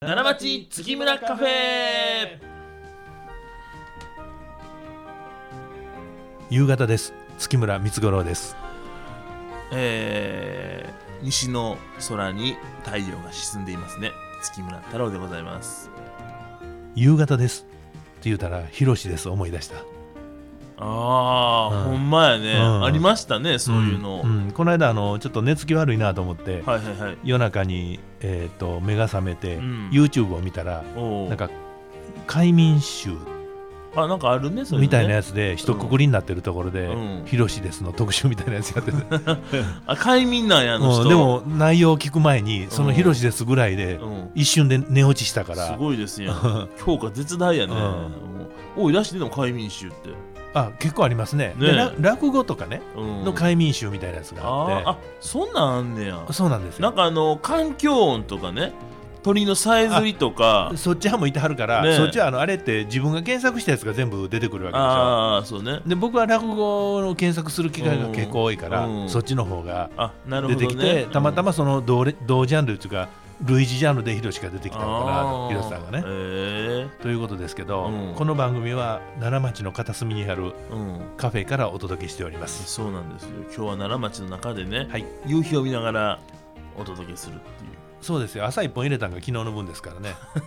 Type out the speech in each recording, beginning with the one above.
七町月村カフェ夕方です月村光五郎ですえー、西の空に太陽が沈んでいますね月村太郎でございます夕方ですって言うたらひろしです思い出したあー、うんほんまやね、うんありましたねそういうの、んんこの間あのちょっと寝つき悪いなと思って、はいはいはい夜中に、えー、と目が覚めて、うん YouTube を見たらおおなんか快眠集あなんかあるねそれ、ね、みたいなやつで一括りになってるところでうん「ひろしです」の特集みたいなやつやってて、あ快眠なん やあの人、うんでも内容を聞く前にその「ひろしです」ぐらいでうん一瞬で寝落ちしたかすら、ごいですよ評価絶大やね、うんもうおい出してでも快眠集って、 あ結構ありますねねでら落語とかねうん、の快眠集みたいなやつがああってーあそんなんあんねやそうなんですよなんかあの環境音とかね鳥のさえずりとかそっち派もいてはるから、ねえそっちはあのあれって自分が検索したやつが全部出てくるわけでしょああーそうねで僕は落語の検索する機会が結構多いから、うんそっちの方があなるほ出ど、てね、きて、たまたまその同れ同ジャンルっていうか類似ジャンルでヒロシが出てきたのあかなーヒロシさんがね。へということですけど、うんこの番組は奈良町の片隅にあるえうんカフェからお届けしております。そうなんですよ今日は奈良町の中でね、はい夕日を見ながらお届けするっていうそうですよ朝一本入れたのが昨日の分ですからね、今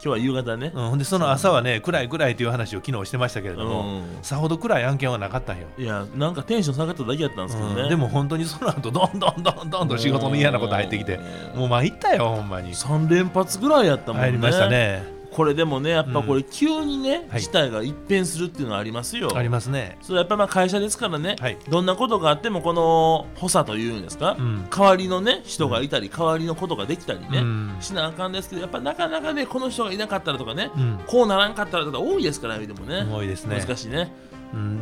日は夕方ねうん、ほんでその朝はね暗い暗いという話を昨日してましたけれうども、んさほど暗い案件はなかったんよ。いやなんかテンション下がっただけやったんですけどね、うんでも本当にその後どんどんどんどんどん仕事の嫌なこと入ってきてもう参ったよほんまに3連発ぐらいやったもんね入りましたねこれでもねやっぱこれ急にね、はい事態が一変するっていうのはありますよありますねそれやっぱりまあ会社ですからね、はいどんなことがあってもこの補佐というんですか、うん代わりのね人がいたり、代わりのことができたりね、うんしなあかんですけどやっぱなかなかねこの人がいなかったらとかね、うんこうならんかったらとか多いですからでもね多いですね難しいね、うん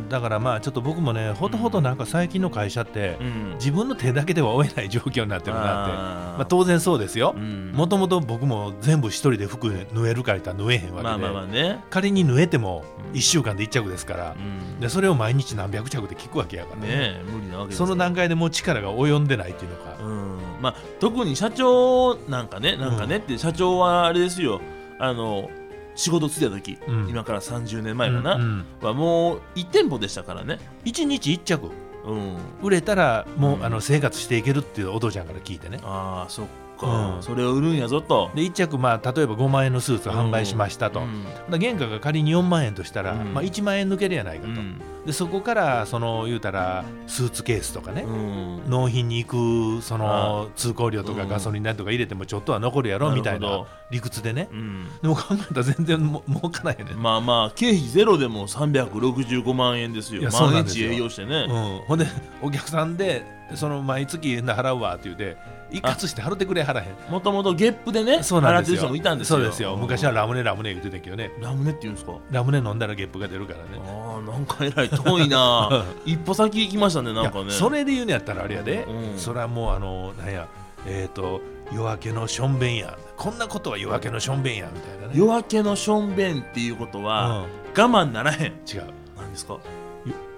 だからまあちょっと僕もねほとほとなんか最近の会社ってうん、自分の手だけでは負えない状況になってるなってあーまあ当然そうですようんもともと僕も全部一人で服縫えるかいったら縫えへんわけで、まあまあまあね、仮に縫えてもうん1週間で1着ですからう、ん、でそれを毎日何百着で聞くわけやからねねえ無理なわけですそよの段階でもう力が及んでないっていうのか、うんまあ、特に社長なんかね、なんかねって、社長はあれですよ、あの仕事ついた時、うん今から30年前かな、うんうんはもう1店舗でしたからね、一日一着うん、売れたらもう、うんあの生活していけるっていうお父ちゃんから聞いてねああ、そっか、うんそれを売るんやぞと。で1着まあ例えば5万円のスーツを販売しましたと、うんだ原価が仮に4万円としたら、うんまあ、1万円抜けるやないかうと、んでそこからその言うたらスーツケースとかね、うん納品に行くそあの通行料とうかんガソリン代とか入れてもちょっとは残るやろみたいなるほなど理屈でねうんでも考えたら全然も儲かないよね、まあまあ経費ゼロでも365万円ですいよやそうな毎んです日よ営業してね、うん、ほんでお客さんでその毎月払うわって言うて一括して払ってくれ払えへんもともとゲップでねそうな払んっでてするよ。人もいたんですよそうですよ。昔はラムネラムネ言ってたけどね。ラムネって言うんですかラムネ飲んだらゲップが出るからね。あーなんかえらい遠い な一歩先行きましたねなんかいねやそれで言うのやったらあれやで。うんそれはもうあのなんやえっ、と夜明けのしょんべんや。こんなことは夜明けのしょんべんやみたいなね。夜明けのしょんべんっていうことうは、ん我慢ならへん違う。なんですか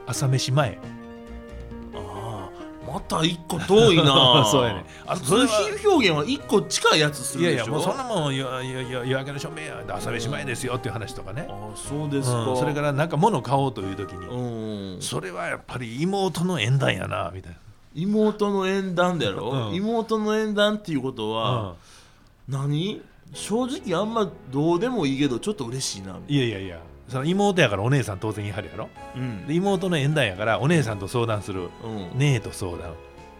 朝飯前。ああまた一個遠いな そうやねああそそれれは表現は一個近いやつすいるやいでしやょもうそんなもん夜夜夜夜明けのしょんべんや。朝飯前ですよっていう話とかね。ああそうですか、うんそれからなんか物を買おうという時に、うんそれはやっぱり妹の縁談やなみたいな。妹の縁談だろ、うん妹の縁談っていうことは、うん何正直あんまどうでもいいけどちょっと嬉しいな、いやいやいや。その妹やからお姉さん当然言い張るやろ。うんで妹の縁談やからお姉さんと相談するうん、姉と相談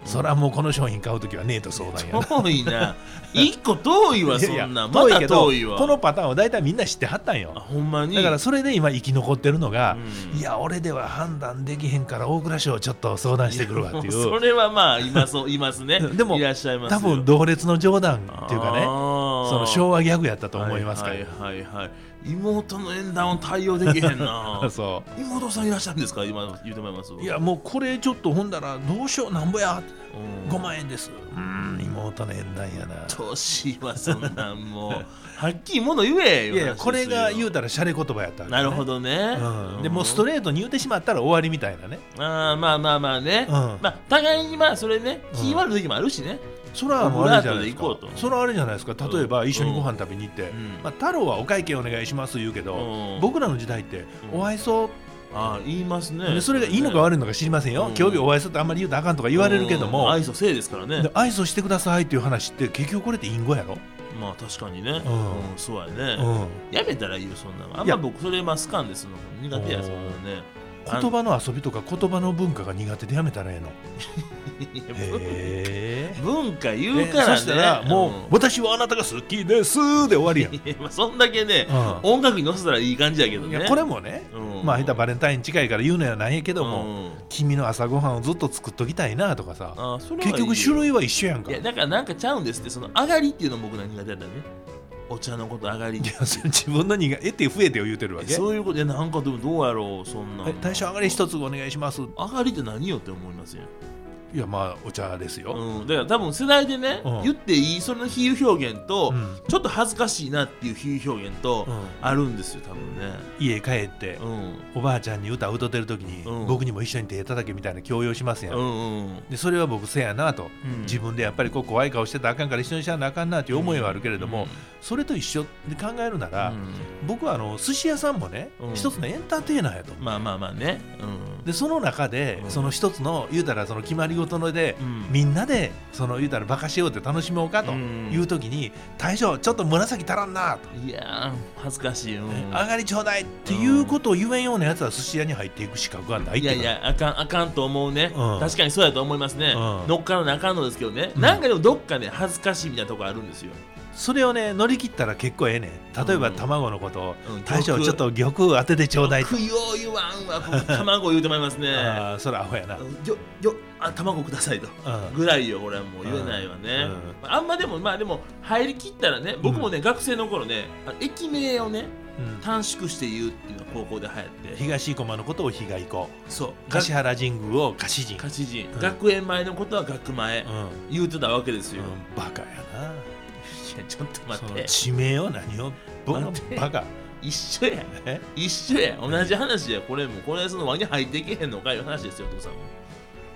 そらもうこの商品買うときは姉と相談やな遠いな一個遠いわそんいなやいやまけたど遠いわこのパターンを大体みんな知ってはったんあよほんまにだからそれで今生き残ってるのが、うんいや俺では判断できへんから大蔵省ちょっと相談してくるわっていやもそうれはまあいますいますねでもいらっしゃいます多分同列の冗談っていうかねその昭和和ギャグやったと思いますから、はいはいはい、はい、妹の縁談を対応できへんな そ妹さんいらっしゃるんですか今言うてもらいますういやもうこれちょっとほんだらどうしようなんぼやってうん5万円ですうーん妹の縁談やな年 はそんなんもうはっきりもの言えいやいやこれが言ううたらシャレ言葉やったわけねなるほどね、うんでもうストレートに言うてしまったら終わりみたいなねあーまあまあまあね、うんまあ互いにまあそれねうん気悪い時もあるしね、それはもうあれじゃないですフラッかトで行こうとそれはあれじゃないですか例えばうん一緒にご飯食べに行ってうんまあ太郎はお会計お願いします言うけどうん僕らの時代ってうんお愛想あー言いますねでそれがいいのか悪いのか知りませんようん競技お愛想ってあんまり言うとあかんとか言われるけどうんも愛想せいですからねで愛想してくださいっていう話って結局これって隠語やろまあ確かにね、うんんそうやうね、んやめたら言うそんなのあんいやま僕それまあスカンですの苦手やそんなのねあ言葉の遊びとか言葉の文化が苦手でやめたらええのいやへえ文化言うねからね、そしたらもう、私はあなたが好きです」で終わりやんうん、いやまあそんだけね、う音楽に乗せたらいい感じやけどん、いねやこれもね、うんまあ下手バレンタイン近いから言うのやないけども、うん君の朝ごはんをずっと作っときたいなとかさあーそれはいい結よ局種類は一緒やんかいやだからなんかちゃうんですってその上がりっていうの僕ら苦手だったねお茶のこと上がりいやそれ自分の苦得て増えてを言うてるわえけそういうこといやなんかでもどうやろうそんなえ大将上がり一つお願いします上がりって何よって思いますよ、いやまあお茶ですよ、うん、だから多分世代でね、うん言っていいその比喩表現と、うんちょっと恥ずかしいなっていう比喩表現と、うんあるんですよ多分ね家帰って、うんおばあちゃんに歌歌ってる時に、うん僕にも一緒に手叩けみたいな強要しますやん、うんうんでそれは僕せやなと、うん自分でやっぱりこう怖い顔してたらあかんから一緒にしちゃなあかんなという思いはあるけれども、それと一緒で考えるなら、うん僕はあの寿司屋さんもね、うん一つのエンターテイナーやと思う、まあまあまあねうんでその中で、うんその一つの言うたらその決まり事ので、うんみんなでその言うたらバカしようって楽しもうかとうんいう時に、大将ちょっと紫足らんなと、いやー恥ずかしい、うん、上がりちょうだいっていうことを言えんようなやつは寿司屋に入っていく資格がないっいてやこといやあかんあかんと思うね、うん確かにそうやと思いますね、うん乗っからなあかんのですけどね、うんなんかでもどっかね恥ずかしいみたいなとこあるんですよ、それをね乗り切ったら結構ええねん例えばうん卵のことを、うん大将玉ちょっと玉当ててちょうだいって食いよう言わんわ僕卵言うてまいりますね あーそれアホやな、うんよよあ卵くださいとぐらいよ俺はもう言えないわね、あんまでもまあでも入りきったらね僕もね、学生の頃ねあ駅名をねうん短縮して言うっていうのが高校で流行って東駒のことを被害行そう橿原神宮を樫神、勝ち人、うん学園前のことは学前、うんうん、言うてたわけですよ、いバカやなやちょっと待そっのて地名を何をぼ待ってバカ一緒やえ一緒や同じ話やこれもこれその輪に入っていけへんのかいう話ですよお父さんも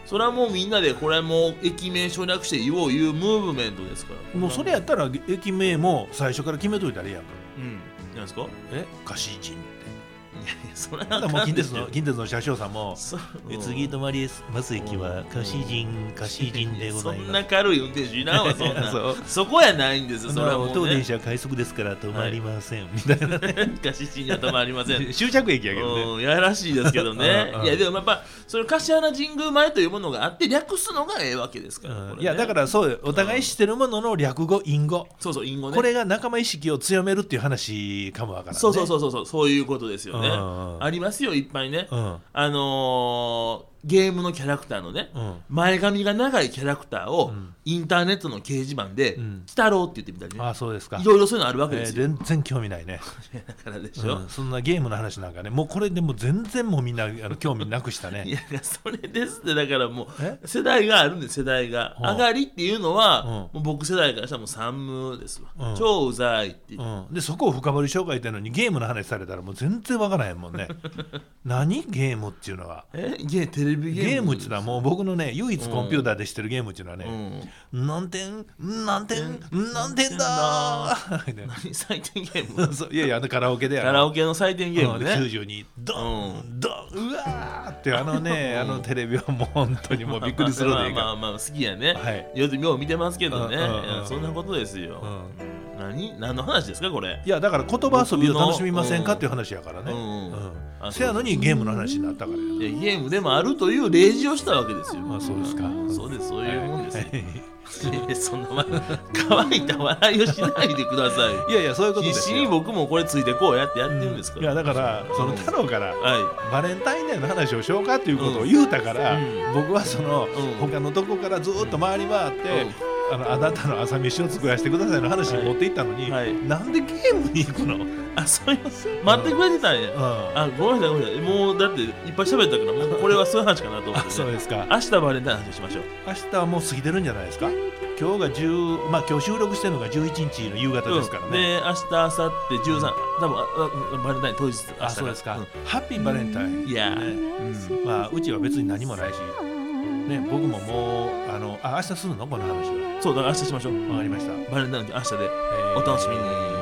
それはもうみんなでこれもう駅名省略して言おういうムーブメントですからもうそれやったら駅名も最初から決めといたらいいやんかうんなんですかいやえ樫神っていやそれはだあかからもうん近で鉄すのよ近鉄の車掌さんもそうえ次止まりですます駅は樫神樫神でございそんまなす軽い運転手いらんわそんな そうそこやないんですよそれはもう、ね、当電車快速ですから止まりません、みたいなね 昔地には止まりません 終着駅やけどねうん、やらしいですけどねうんうんいやでもやっぱその柏原神宮前というものがあって略すのがええわけですから、これうんねいやだからそうよお互い知ってるものの略語隠語そうそう隠語ねこれが仲間意識を強めるっていう話かもわからんねそうそうそうそうそうそういうことですよね、うんうんありますよいっぱいね、うんあのーゲームのキャラクターのね、うん前髪が長いキャラクターを、うんインターネットの掲示板で「鬼、うん太郎」って言ってみたりねあそうですかいろいろそういうのあるわけえでーすよ、全然興味ないね、だからでしょ、うん、そんなゲームの話なんかねもうこれでもう全然もうみんなあの興味なくし たいねやいやそれですってだからもえう世代があるんです世代がうん上がりっていうのは、うんもう僕世代からしたらもう三無ですわ、うん超うざいっていう、うん、でそこを深掘り紹介っていうのにゲームの話されたらもう全然わからへんもんね 何ゲームっていうのはえゲーテレビゲームゲームっていうのはもう僕のね唯一コンピューターでしてるゲームっていうのはうね、ん、何点何点何点だだ ー何採点ゲームそういやいやあのカラオケでやカラオケの採点ゲームね、 92ドン、うドンうわーってあのね、うんあのテレビはもう本当にもうびっくりするまであいいまあかまあまあ好きやね、はいよくよう見てますけどね、うんうんうんいやそんなことですよ、ら、うん何何の話ですかこれいやだから言葉遊びを楽しみませんかっていう話やからね、ううんんあせやのにゲームの話になったからやいやゲームでもあるという例示をしたわけですよ、なあそうですかそうですそういうもんですよ、はいえ そんなま乾いた笑いをしないでくださいいやいやそういうことで必す死よに僕もこれついてこうやってやってるんですかいやら、だからその太郎からはバレンタインデーの話をしようかっていうことを言うたから、うん僕はその、ん他のとこからずーっと回り回って、い、あのあなたの朝飯を作らせてくださいの話に持っていったのに、はいなんでゲームに行くの、うん、あそういう待ってくれてたんやああごめんなさいごめんなさいもうだっていっぱい喋ったからもうこれはそういう話かなと思って、そうね、ですか明日バレンタインの話しましょう明日はもう過ぎてるんじゃないですか今日が10まあ今日収録してるのが11日の夕方ですからうんね、で明日明後日13多分ああバレンタイン当日明日あそうですか、んハッピーバレンタインいやーうんまあうちは別に何もないし、ね、僕ももうあのあ明日するのこの話はそうだから明日しましょうわかりました、えバレンタインの日明日でーお楽しみに